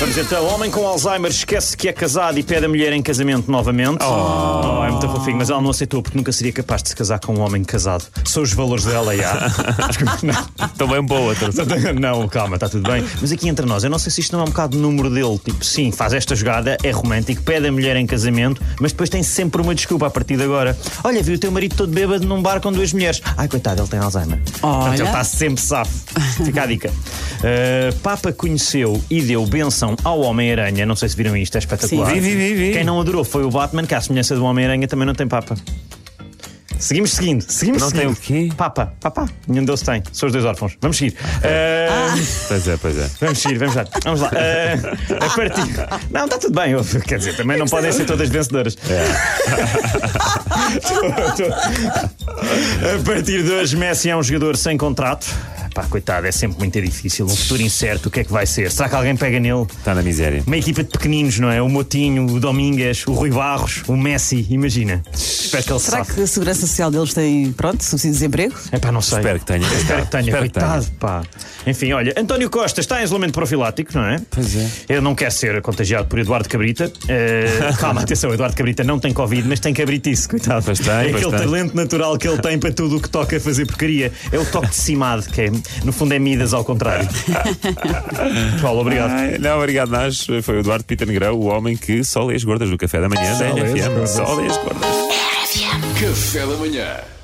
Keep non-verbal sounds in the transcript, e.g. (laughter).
Vamos então, homem com Alzheimer esquece que é casado e pede a mulher em casamento novamente. Oh. é muito fofinho, mas ela não aceitou porque nunca seria capaz de se casar com um homem casado. São os valores dela, já. Também boa, tradução. não, calma, está tudo bem. Mas aqui entre nós, eu não sei se isto não é um bocado do número dele. Tipo, sim, faz esta jogada, é romântico, pede a mulher em casamento, mas depois tem sempre uma desculpa a partir de agora. Olha, vi o teu marido todo bêbado num bar com duas mulheres. Ai, coitado, ele tem Alzheimer. Portanto, ele Olha. está sempre safo. Fica a dica. Uh, Papa conheceu e deu benção ao Homem-Aranha. Não sei se viram isto, é espetacular. Sim. Vi, vi, vi. Quem não adorou foi o Batman, que à semelhança do Homem-Aranha também não tem Papa. Seguimos seguindo, seguimos Não tem seguindo. o quê? Papa, papá, nenhum deles tem, são os dois órfãos. Vamos seguir. Uh, Pois é, pois é. Vamos seguir, vamos lá. Vamos lá. Uh, a partir... Não, está tudo bem, ouve. quer dizer, também não podem ser todas vencedoras. É. Tô- tô- (laughs) A partir de hoje, Messi é um jogador sem contrato. Pá, coitado, é sempre muito difícil. Um futuro incerto, o que é que vai ser? Será que alguém pega nele? Está na miséria. Uma equipa de pequeninos, não é? O Motinho, o Domingas, o Rui Barros, o Messi, imagina. Espero que ele Será sabe. que a Segurança Social deles tem, pronto, subsídio de desemprego? É pá, não sei. Espero que tenha. Espero que tenha, Espero que tenha. coitado, pá. Enfim, olha, António Costa está em isolamento profilático, não é? Pois é. Ele não quer ser contagiado por Eduardo Cabrita. (laughs) Eh, calma, atenção, Eduardo Cabrita não tem Covid, mas tem cabritice, coitado. Pois tem, é pois aquele tem. talento natural que ele tem para tudo o que toca fazer porcaria. É o toque de cimado, que é, no fundo é Midas (laughs) ao contrário. Paulo, obrigado. Ai, não, obrigado, Nas. Foi o Eduardo Pita Negrão, o homem que só lê as gordas do café da manhã da lê as RFM. gordas. Só lê as gordas. Café da manhã.